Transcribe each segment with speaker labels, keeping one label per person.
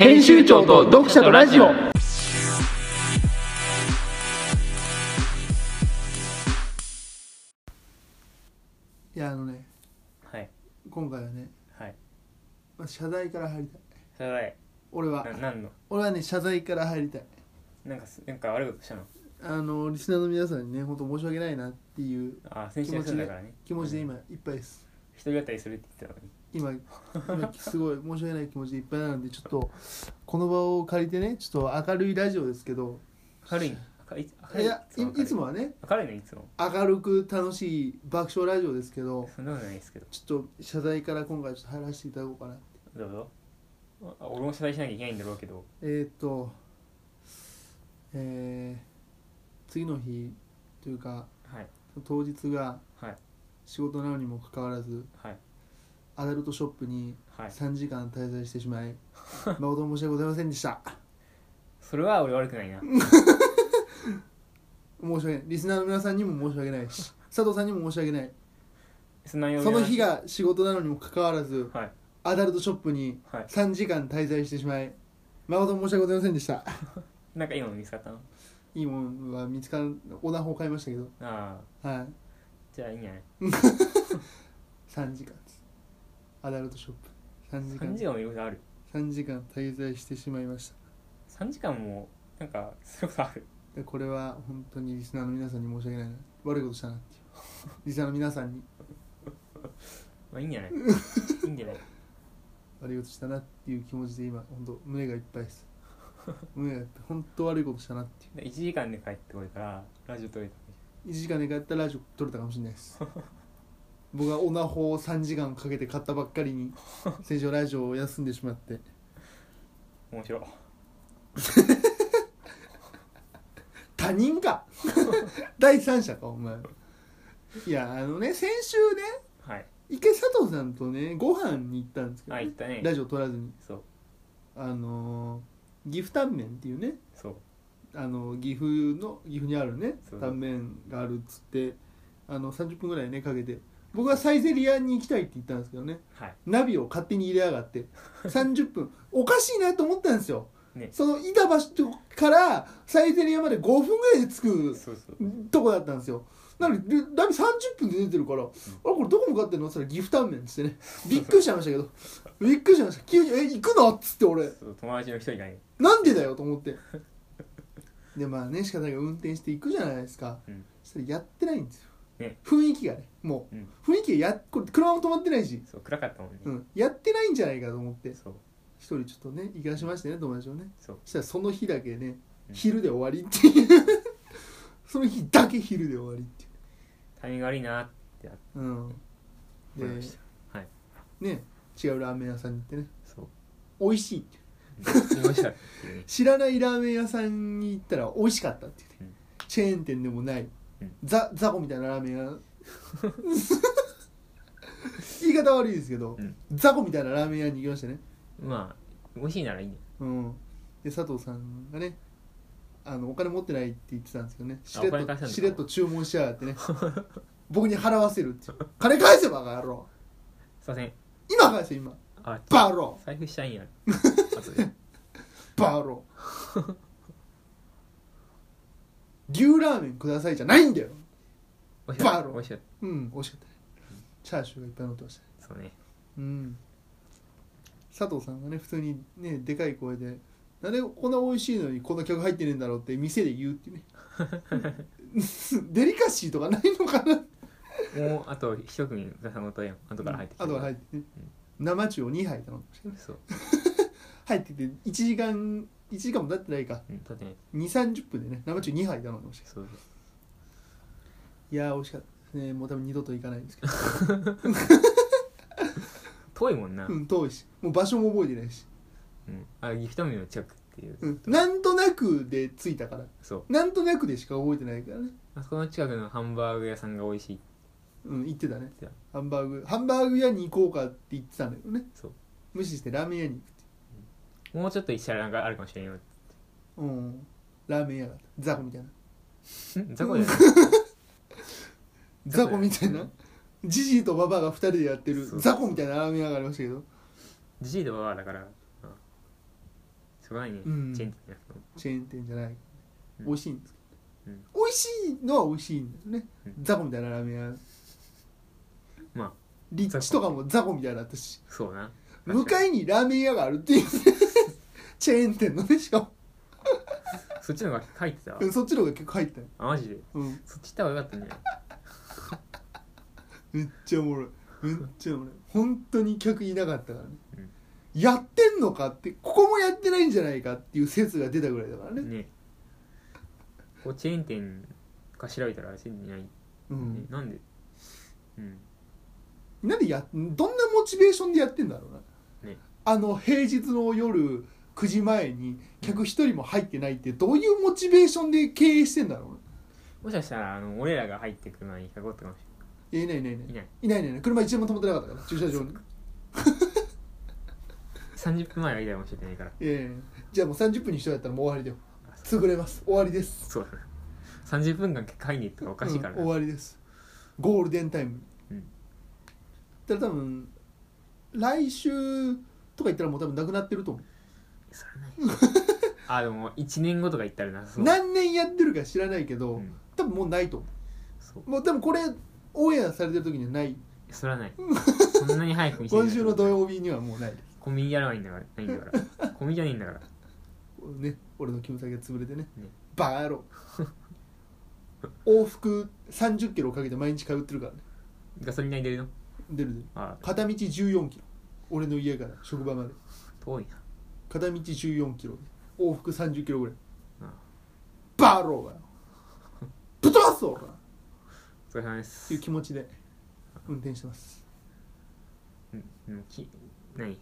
Speaker 1: 編集長と読者とラジオ
Speaker 2: いやあのね
Speaker 3: はい
Speaker 2: 今回はね、
Speaker 3: はい
Speaker 2: まあ、謝罪から入りたい
Speaker 3: 謝罪
Speaker 2: 俺は
Speaker 3: ななんの
Speaker 2: 俺はね謝罪から入りたい
Speaker 3: なんかすなんか悪いことしたの
Speaker 2: あのリスナーの皆さんにね本当申し訳ないなっていう
Speaker 3: あ先週休んだからね
Speaker 2: 気持ちで今いっぱいです
Speaker 3: 一人当たりするって言ってた
Speaker 2: 今
Speaker 3: のに
Speaker 2: 今すごい 申し訳ない気持ちでいっぱいなのでちょっとこの場を借りてねちょっと明るいラジオですけど
Speaker 3: 明るいの明るい明る
Speaker 2: いや
Speaker 3: 明る
Speaker 2: いいつもはね
Speaker 3: 明るいのいつも
Speaker 2: 明るく楽しい爆笑ラジオですけど
Speaker 3: そんなことないですけど
Speaker 2: ちょっと謝罪から今回ちょっと入らせていただこうかな
Speaker 3: どうぞあ俺も謝罪しなきゃいけないんだろうけど
Speaker 2: えーっとえー次の日というか
Speaker 3: はい
Speaker 2: 当日が
Speaker 3: はい
Speaker 2: 仕事なのにもかかわらず
Speaker 3: はい
Speaker 2: アダルトショップに
Speaker 3: はい
Speaker 2: 3時間滞在してしま い誠に申し訳ございませんでした
Speaker 3: それは俺悪くないな
Speaker 2: 申し訳ないリスナーの皆さんにも申し訳ない し佐藤さんにも申し訳ない
Speaker 3: そんな
Speaker 2: その日が仕事なのにもかかわらず
Speaker 3: はい
Speaker 2: アダルトショップに
Speaker 3: はい
Speaker 2: 3時間滞在してしまい誠に申し訳ございませんでした
Speaker 3: なんかいいの見つかったの
Speaker 2: いいもんは見つかん横断歩買いましたけど
Speaker 3: ああ
Speaker 2: はい
Speaker 3: じゃあいいんじゃない
Speaker 2: 3時間ですアダルトショップ3時
Speaker 3: 3
Speaker 2: 間
Speaker 3: 時間もいろいろある
Speaker 2: 3時間滞在してしまいました
Speaker 3: 3時間もなんかそういうことある
Speaker 2: でこれは本当にリスナーの皆さんに申し訳ないな悪いことしたなっていう リスナーの皆さんに
Speaker 3: まあいいんじゃないいいんじゃない
Speaker 2: 悪いことしたなっていう気持ちで今本当胸がいっぱいです胸がいっぱい本当悪いことしたなってい
Speaker 3: 1時間で帰ってこいからラジオ撮れた
Speaker 2: う1時間で帰ったらラジオ撮れたかもしれないです僕はオナホを3時間かけて買ったばっかりに先週ラジオを休んでしまって
Speaker 3: 面白い
Speaker 2: 他人か 第三者かお前いやあのね先週ね
Speaker 3: はい
Speaker 2: 一回佐藤さんとねご飯に行ったんですけど、
Speaker 3: あ
Speaker 2: ね
Speaker 3: 行ったね
Speaker 2: ラジオ撮らずに
Speaker 3: そう
Speaker 2: あのー、岐阜タンメンっていうね
Speaker 3: そう
Speaker 2: あの岐阜の岐阜にあるね
Speaker 3: そう
Speaker 2: タンメンがあるっつってあの30分ぐらいねかけて僕はサイゼリアに行きたいって言ったんですけどね
Speaker 3: はい
Speaker 2: ナビを勝手に入れやが って30分おかしいなと思ったんですよ、
Speaker 3: ね
Speaker 2: そのいた場所からサイゼリアまで5分ぐらいで着く
Speaker 3: そうそう
Speaker 2: とこだったんですよなのでだいぶ30分で出てるから、あれこれどこ向かってんのそれ岐阜タンメンっつってねびっくりしちゃいましたけどびっくりしちゃいました急に「え行くの?」っつって俺
Speaker 3: そう友達の一人がね
Speaker 2: なんでだよと思ってでまあね仕方が運転していくじゃないですか、
Speaker 3: うん
Speaker 2: そしたらやってないんですよ、
Speaker 3: ね
Speaker 2: 雰囲気がねもう、
Speaker 3: うん
Speaker 2: 雰囲気がやこれ車も止まってないし、
Speaker 3: そう暗かったもんね、
Speaker 2: うん、やってないんじゃないかと思って
Speaker 3: そう
Speaker 2: 一人ちょっとね行かしましたね友達をね
Speaker 3: そう
Speaker 2: そしたらその日だけね
Speaker 3: うん
Speaker 2: 昼で終わりっていう その日だけ昼で終わりってい
Speaker 3: タイミング悪いな
Speaker 2: ううん
Speaker 3: 思いまし
Speaker 2: で
Speaker 3: たはい
Speaker 2: ね違うラーメン屋さんに行ってね
Speaker 3: そう
Speaker 2: 美味しいって
Speaker 3: 言いました 急に
Speaker 2: 知らないラーメン屋さんに行ったら美味しかったって言って、
Speaker 3: うん
Speaker 2: チェーン店でもない、
Speaker 3: うん
Speaker 2: ザザコみたいなラーメン屋言い方悪いですけど、
Speaker 3: うん
Speaker 2: ザコみたいなラーメン屋に行きましたね、
Speaker 3: まあ美味しいならいいね
Speaker 2: うん、で佐藤さんがねあのお金持ってないって言ってたんですけどねし
Speaker 3: あ
Speaker 2: れ
Speaker 3: お
Speaker 2: っ
Speaker 3: 金返した
Speaker 2: と
Speaker 3: んだ
Speaker 2: しれっと注文しやがってね 僕に払わせるっていう金返せばバカ野郎
Speaker 3: すいません
Speaker 2: 今返せ今
Speaker 3: あ
Speaker 2: バカ野郎
Speaker 3: 財布したいんや後 で
Speaker 2: バカ野郎 牛ラーメンくださいじゃないんだよ
Speaker 3: 美味しか
Speaker 2: バ
Speaker 3: った
Speaker 2: ロ
Speaker 3: 美味しかっ
Speaker 2: うん美味しかったねチャーシューがいっぱい乗ってましたね
Speaker 3: たそうね
Speaker 2: うん佐藤さんがね普通にねでかい声で「なんでこんな美味しいのにこんな客入ってねえんだろう」って店で言うっていうねデリカシーとかないのかな
Speaker 3: もうあと一組皆さんごとやん後から入ってきて
Speaker 2: あとは入ってね、生中を2杯頼んでましたね
Speaker 3: そう、
Speaker 2: 入ってて1時間1時間も経ってないか
Speaker 3: うん、だってね
Speaker 2: 2三3 0分でね生中2杯頼んでました
Speaker 3: そう
Speaker 2: いやー美味しかったですねもう多分二度と行かないんですけど、
Speaker 3: 遠いもんな、
Speaker 2: うん、遠いしもう場所も覚えてないし、
Speaker 3: うんあギフトミの近くっていう、
Speaker 2: うん、なんとなくで着いたから
Speaker 3: そう
Speaker 2: なんとなくでしか覚えてないからね、
Speaker 3: あそこの近くのハンバーグ屋さんが美味しい
Speaker 2: うん、言ってたね
Speaker 3: 言って
Speaker 2: ハンバーグハンバーグ屋に行こうかって言ってたんだけどね
Speaker 3: そう
Speaker 2: 無視してラーメン屋に行くって
Speaker 3: もうちょっと一社なんかあるかもしれんよ
Speaker 2: うんラーメン屋がザコみたいなん
Speaker 3: 雑魚じゃない
Speaker 2: ザコみたいなジジイとババアが2人でやってる
Speaker 3: そう
Speaker 2: ザコみたいなラーメン屋がありましたけど
Speaker 3: ジジイとババアだからとないね、
Speaker 2: うん
Speaker 3: チェーン店じゃなくても
Speaker 2: チェーン店じゃない、
Speaker 3: うん
Speaker 2: 美味しいんですけど、
Speaker 3: うん
Speaker 2: 美味しいのは美味しいんだよね、
Speaker 3: うん
Speaker 2: ザコみたいなラーメン屋
Speaker 3: まあ
Speaker 2: 立地とかもザコみたいなだったし
Speaker 3: そうな
Speaker 2: 向かいにラーメン屋があるっ ていうチェーン店のねしかも
Speaker 3: そっちの方が書いてたわ
Speaker 2: うんそっちの方が結構入ったよ、
Speaker 3: あマジで
Speaker 2: うん、
Speaker 3: そっち行った方がよかったね
Speaker 2: めっちゃおもろいめっちゃおもろい本当に客いなかったからね、
Speaker 3: うん
Speaker 2: やってんのかってここもやってないんじゃないかっていう説が出たぐらいだからね
Speaker 3: ねこうチェーン店か調べたらチェーン店ない、ね
Speaker 2: うん、
Speaker 3: なんでうん
Speaker 2: なんでやどんなモチベーションでやってんだろうな、
Speaker 3: ね
Speaker 2: あの平日の夜9時前に客一人も入ってないってどういうモチベーションで経営してんだろうな
Speaker 3: もしかしたらあの俺らが入ってくる前に100ったかもし
Speaker 2: えいないいないいない
Speaker 3: れないいない
Speaker 2: いないいないいない車一台も止まってなかったから駐車場に
Speaker 3: 30分前はいたかもしれないから
Speaker 2: ええじゃあもう30分に一人やったらもう終わりだよ
Speaker 3: あそ
Speaker 2: 潰れます終わりです
Speaker 3: そうだな30分間買いに行ったらおかしいから
Speaker 2: うん
Speaker 3: な、
Speaker 2: 終わりですゴールデンタイム
Speaker 3: うん
Speaker 2: だから多分来週とか言ったらもう多分なくなってると思
Speaker 3: それないあでも1年後とか行ったらな
Speaker 2: う
Speaker 3: そう
Speaker 2: 何年やってるか知らないけど、
Speaker 3: うん
Speaker 2: 多分もうないと思
Speaker 3: そう
Speaker 2: うもう多分これオンエアされてる時にはない
Speaker 3: それはないそんなに早く見せる
Speaker 2: 今週の土曜日にはもうないです
Speaker 3: コンビニやらないんだからないんだ からコンビニじゃないんだから
Speaker 2: ね俺のキムタクが潰れてね
Speaker 3: ね
Speaker 2: バカ野郎 往復3 0キロかけて毎日通ってるからね
Speaker 3: ガソリン代出るの
Speaker 2: 出る出る
Speaker 3: あ
Speaker 2: 片道1 4キロ俺の家から職場まで
Speaker 3: 遠いな
Speaker 2: 片道1 4キロ往復3 0キロぐらい
Speaker 3: あ
Speaker 2: バカ野郎がよぶっ飛ばすぞ俺は
Speaker 3: お疲れ様で
Speaker 2: っていう
Speaker 3: す
Speaker 2: 気持ちで運転してます
Speaker 3: うんうんき何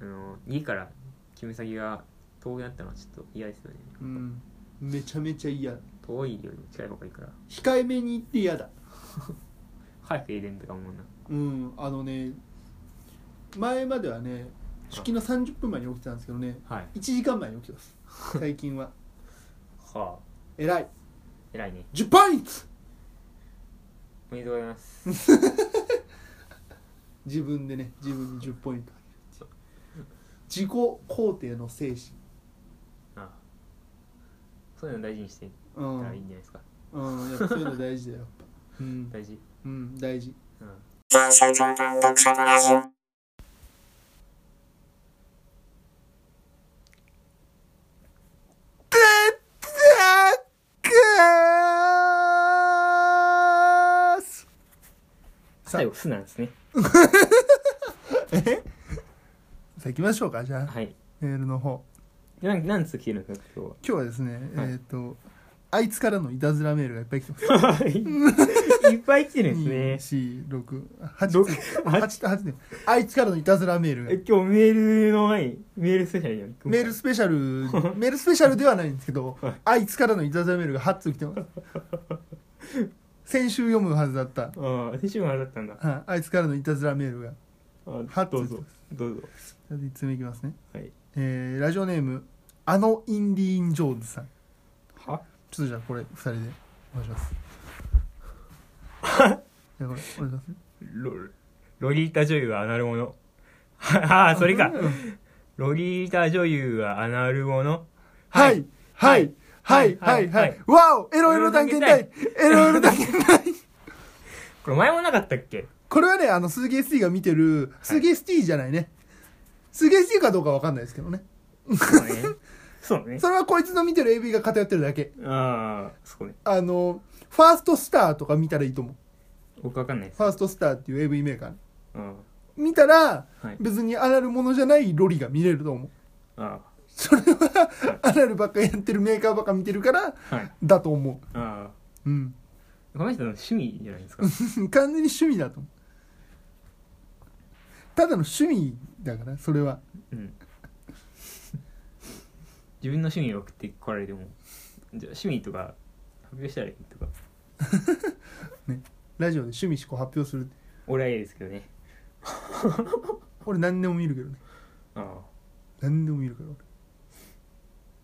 Speaker 3: あの家からキムサギが遠くなったのはちょっと嫌ですよね
Speaker 2: うんめちゃめちゃ嫌
Speaker 3: 遠いよりも近い方がいいから
Speaker 2: 控えめに言って嫌だ
Speaker 3: 早く入れんとか思うな
Speaker 2: うんあのね前まではね出勤の30分前に起きてたんですけどね
Speaker 3: はい
Speaker 2: 1時間前に起きてます最近 は
Speaker 3: はあ
Speaker 2: 偉い
Speaker 3: 偉いね
Speaker 2: 10ポイント
Speaker 3: おめでとうございます
Speaker 2: 自分でね自分に10ポイント自己肯定の精神
Speaker 3: ああそういうの大事にしていっ
Speaker 2: う
Speaker 3: たらいいん
Speaker 2: ん、
Speaker 3: じゃないですか、
Speaker 2: うん、やっぱそういうの大事だよやっぱうん、
Speaker 3: 大事
Speaker 2: うん、大事
Speaker 3: うん最後素なんですね
Speaker 2: えさあ行きましょうかじゃあ
Speaker 3: はい
Speaker 2: メールの方
Speaker 3: なん何通来てるんですか今日は
Speaker 2: 今日はですね、
Speaker 3: はい
Speaker 2: えっ、とあいつからのいたずらメールがいっぱい来てます
Speaker 3: はいいっぱい来てるん
Speaker 2: 2
Speaker 3: です
Speaker 2: 4 6
Speaker 3: 六
Speaker 2: 8八八ねあいつからのいたずらメール
Speaker 3: ね
Speaker 2: が
Speaker 3: え今日メールの前メールスペシャルやん
Speaker 2: メールスペシ ャルメールスペシャルではないんですけどあいつからのいたずらメールが8通来てます先週読むはずだった
Speaker 3: ああ先週もあれだったんだ
Speaker 2: はいあいつからのいたずらメールが
Speaker 3: あ
Speaker 2: は
Speaker 3: どうぞどうぞ
Speaker 2: 1つ目いきますね、
Speaker 3: はい
Speaker 2: えーラジオネームあのインディーン・ジョーンズさん
Speaker 3: は
Speaker 2: ちょっとじゃあこれ2人でお願いしますじゃあこれお願いします
Speaker 3: ロロリータ女優はアナルもの ああそれか
Speaker 2: うん
Speaker 3: ロリータ女優はアナルもの
Speaker 2: はい、はい、はい、はい、は
Speaker 3: はい
Speaker 2: い。わおエロエロ探検隊エロエロ探検隊
Speaker 3: これ前もなかったっけ
Speaker 2: これはね、あの、鈴木 ST が見てる、鈴木 ST じゃないね。鈴木 ST かどうかわかんないですけどね。
Speaker 3: そうね そうね
Speaker 2: それはこいつの見てる AV が偏ってるだけ。
Speaker 3: ああそうね
Speaker 2: あの、ファーストスターとか見たらいいと思う。
Speaker 3: 僕わかんないです
Speaker 2: ファーストスターっていう AV メーカーね。
Speaker 3: あ
Speaker 2: 見たら、
Speaker 3: あはい
Speaker 2: 別にアナルものじゃないロリが見れると思う。
Speaker 3: あ
Speaker 2: それは、アナルばっかやってるメーカーばっか見てるから、
Speaker 3: あはい
Speaker 2: だと思
Speaker 3: あ
Speaker 2: う。うん。
Speaker 3: あこの人の趣味じゃないですか
Speaker 2: 完全に趣味だと思うただの趣味だからそれは
Speaker 3: うん自分の趣味を送ってこられてもじゃあ趣味とか発表したらいいとか
Speaker 2: ラジオで趣味思考発表する
Speaker 3: 俺は嫌ですけどね
Speaker 2: 俺何でも見るけどね
Speaker 3: ああ
Speaker 2: 何でも見るか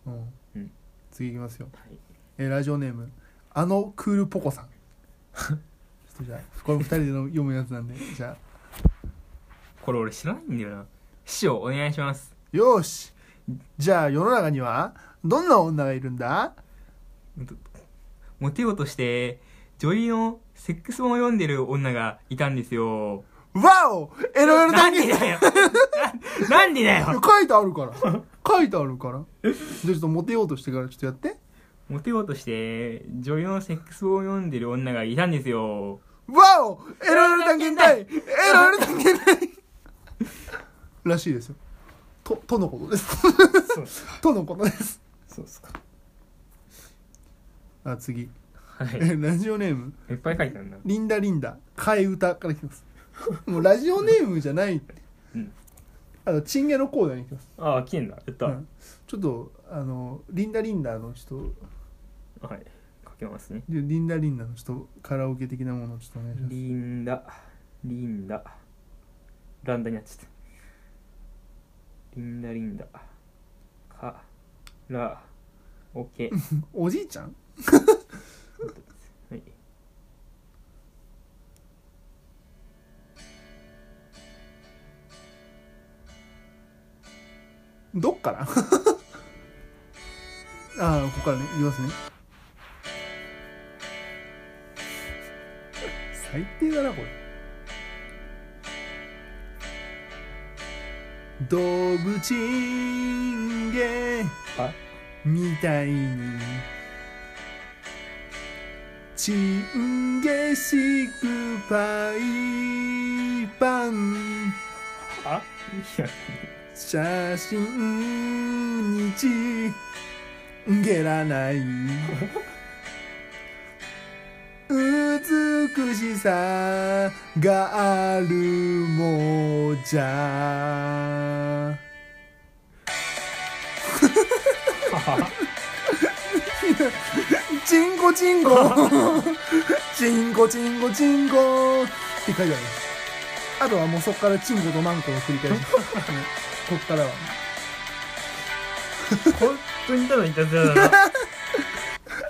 Speaker 2: ら俺う
Speaker 3: うん
Speaker 2: ん次いきますよ、
Speaker 3: はい
Speaker 2: えーラジオネームあのクールポコさん ちょっとじゃあこれも2人での読むやつなんで じゃあ
Speaker 3: これ俺知らないんだよな師匠お願いします
Speaker 2: よーしじゃあ世の中にはどんな女がいるんだ
Speaker 3: モテようとして女優のセックス本を読んでる女がいたんですよ
Speaker 2: わおエロエロ
Speaker 3: な
Speaker 2: だ
Speaker 3: ん
Speaker 2: け
Speaker 3: でだよな なんでだよ
Speaker 2: 書いてあるから書いてあるからじゃあちょっとモテようとしてからちょっとやって
Speaker 3: モテようとして女優のセックス本を読んでる女がいたんですよ
Speaker 2: わおエロエロ探検隊エロエロ探検隊らしいですよととのことです
Speaker 3: そうですか
Speaker 2: とのこと です
Speaker 3: そうですか
Speaker 2: あ次
Speaker 3: は
Speaker 2: え
Speaker 3: い
Speaker 2: ラジオネーム
Speaker 3: いっぱい書いてあるな
Speaker 2: リンダリンダ替え歌から来て ますもうラジオネームじゃないって、
Speaker 3: うん
Speaker 2: あのチンゲのコーナーに来てます、
Speaker 3: ああ来てんだやった、
Speaker 2: うんちょっとあのリンダリンダのちょっと
Speaker 3: はい書けますね
Speaker 2: リンダリンダのちょっとカラオケ的なものをちょっとお願いします
Speaker 3: リンダリンダランダになっちゃったリンダリンダカラオケ
Speaker 2: おじいちゃん
Speaker 3: はい。
Speaker 2: どっから ああここからね言いますね最低だなこれ動物チンゲ
Speaker 3: あ
Speaker 2: みたいにチンゲシクパイパン
Speaker 3: あいや、
Speaker 2: 写真にちげらない美しさがあるもじゃチンコチンコチンコチンコチンコって書いてありますあとはもうそこからチンコとマンコの繰り返しここからは
Speaker 3: 本当にただいたずらだな。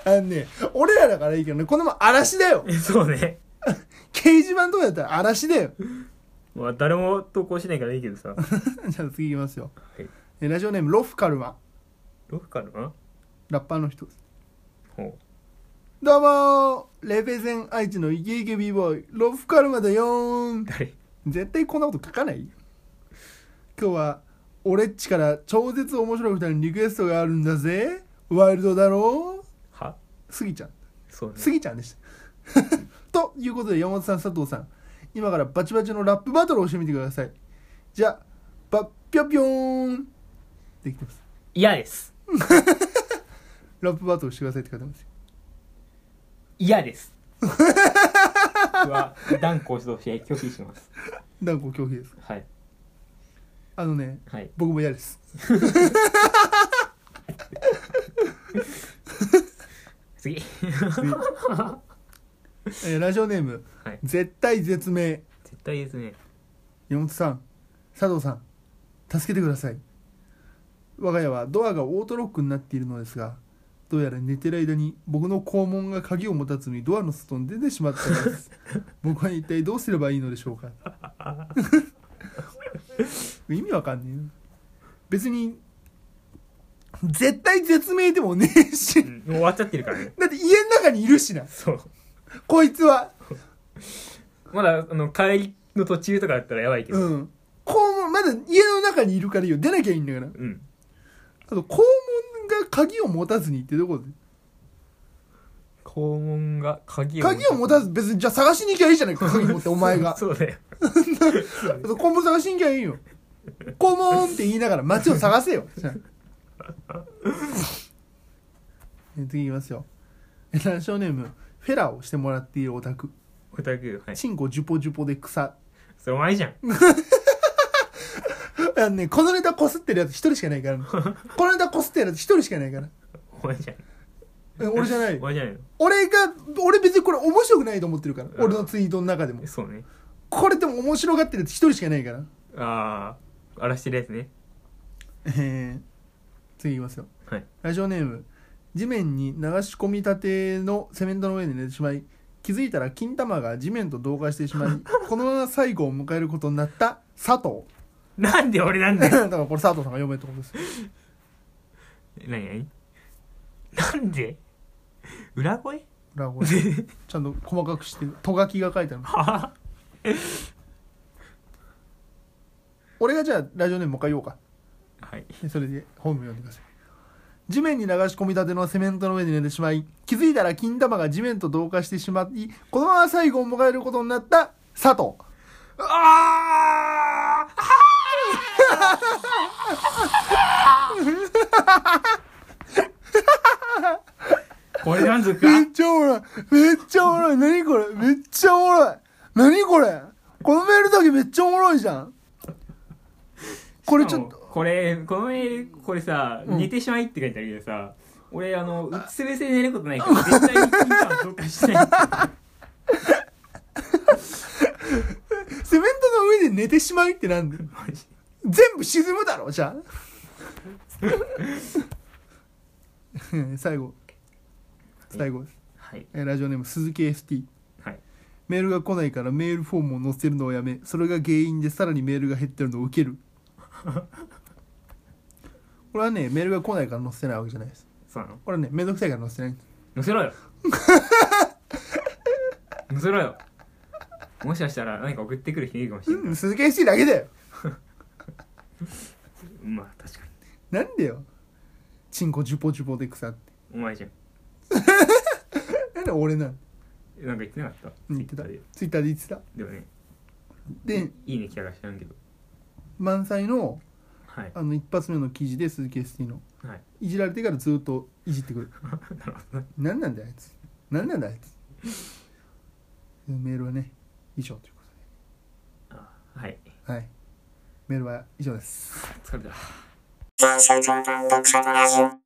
Speaker 2: あのね俺らだからいいけどねこのまま嵐だよ
Speaker 3: えそうね。
Speaker 2: 掲示板とかだったら嵐だよ
Speaker 3: まあ、誰も投稿しないからいいけどさ。
Speaker 2: じゃあ次いきますよ、
Speaker 3: い
Speaker 2: えラジオネームロフカルマ
Speaker 3: ロフかな
Speaker 2: ラッパーの人です
Speaker 3: ほ
Speaker 2: どうもーレペゼン愛知のイケイケ b ボーイロフカルマだよーん
Speaker 3: う。誰
Speaker 2: 絶対こんなこと書かない今日は俺っちから超絶面白い二人にリクエストがあるんだぜワイルドだろ
Speaker 3: は
Speaker 2: スギちゃん
Speaker 3: そうね。
Speaker 2: スギちゃんでした ということで山本さん佐藤さん今からバチバチのラップバトルをしてみてくださいじゃあバッピョピョーンできてます
Speaker 3: 嫌です。
Speaker 2: ラップバトルしてくださいって書いてますよ
Speaker 3: 嫌です。僕は断固指導して拒否します。
Speaker 2: 断固拒否です
Speaker 3: はい。
Speaker 2: あのね
Speaker 3: はい。
Speaker 2: 僕も嫌です
Speaker 3: 次。
Speaker 2: 次 えーラジオネーム、
Speaker 3: はい
Speaker 2: 絶対絶命
Speaker 3: 絶対ですね。
Speaker 2: 山本さん佐藤さん助けてください我が家はドアがオートロックになっているのですがどうやら寝てる間に僕の肛門が鍵を持たずにドアの外に出てしまったのです 僕は一体どうすればいいのでしょうか意味わかんねえな別に絶対絶命でもねえし
Speaker 3: うん、もう終わっちゃってるからね。
Speaker 2: だって家の中にいるしな
Speaker 3: そう。
Speaker 2: こいつは
Speaker 3: まだ、あの、帰りの途中とかだったらやばいけど。
Speaker 2: うん肛門まだ家の中にいるからいいよ出なきゃいいんだから
Speaker 3: うん。
Speaker 2: あと、肛門が鍵を持たずにってどこで
Speaker 3: 肛門が鍵を
Speaker 2: 鍵を持たず、別に、じゃあ探しに行きゃいいじゃないか、鍵持って、お前が。あ
Speaker 3: そうだよ。
Speaker 2: と肛門探しに行きゃいいよ。肛門って言いながら街を探せよ。じゃあ え次いきますよ。えラジオネーム、フェラーをしてもらっているオタク。
Speaker 3: オタク、はい。
Speaker 2: チンコジュポジュポで草。
Speaker 3: それお前じゃん。
Speaker 2: あのね、このネタこすってるやつ一人しかいないから。このネタこすってるやつ一人しかいないから。
Speaker 3: お前じゃん。
Speaker 2: え俺じゃない
Speaker 3: お。前じゃないの。
Speaker 2: 俺が、俺別にこれ面白くないと思ってるから。俺のツイートの中でも。
Speaker 3: そうね。
Speaker 2: これでも面白がってるって一人しかいないから。
Speaker 3: ああ、荒らしてるやつね。
Speaker 2: えー、次いきますよ。
Speaker 3: はい。
Speaker 2: ラジオネーム。地面に流し込みたてのセメントの上で寝てしまい、気づいたら金玉が地面と同化してしまい、このまま最後を迎えることになった佐藤。
Speaker 3: なんで俺なんだよ。
Speaker 2: だ からこれ佐藤さんが読めってことです。
Speaker 3: なになになんで裏声
Speaker 2: 裏声ちゃんと細かくしてるとがきが書いてある俺がじゃあラジオネームもう一回言おうか
Speaker 3: はい。
Speaker 2: でそれで本名読んでください地面に流し込みたてのセメントの上に寝てしまい気づいたら金玉が地面と同化してしまいこのまま最後を迎えることになった佐藤
Speaker 3: ああ これなんですか
Speaker 2: めっちゃおもろいめっちゃおもろい何これめっちゃおもろい何これこのメールだけめっちゃおもろいじゃんこれちょっ
Speaker 3: しかも
Speaker 2: と
Speaker 3: これこのメールこれさ「
Speaker 2: うん
Speaker 3: 寝てしまい」って書いてあるけどさ俺あのうつ伏せで寝ることないから絶対に金管どうかしない
Speaker 2: セメントの上で寝てしまうってなんで
Speaker 3: マジ
Speaker 2: 全部沈むだろ じゃあ最後最後です
Speaker 3: はい
Speaker 2: えーラジオネーム鈴木 ST
Speaker 3: はい
Speaker 2: メールが来ないからメールフォームを載せるのをやめそれが原因でさらにメールが減ってるのを受ける これはねメールが来ないから載せてないわけじゃないです
Speaker 3: そうなの
Speaker 2: これはねめんどくさいから載せてない
Speaker 3: 載せろよ載せろよもしかしたら何か送ってくる人いるかもしれない、
Speaker 2: うん鈴木 ST だけだよ
Speaker 3: まあ確かに
Speaker 2: なんでよチンコジュポジュポで腐って
Speaker 3: お前じゃん
Speaker 2: なんで俺なの
Speaker 3: なんか言ってなかった
Speaker 2: 言ってた
Speaker 3: Twitter で
Speaker 2: ツイッターで言ってた
Speaker 3: でもね
Speaker 2: で
Speaker 3: いいね来たか知らんけど
Speaker 2: 満載の
Speaker 3: はい
Speaker 2: あの一発目の記事で鈴木 ST の
Speaker 3: はい
Speaker 2: いじられてからずっといじってくる
Speaker 3: なるほどね
Speaker 2: 何なんだよあいつ何なんだよあいつメールはね以上というこ
Speaker 3: あはい
Speaker 2: とではいメールは以上です
Speaker 3: 疲れた
Speaker 4: 全集中版読者のラジオ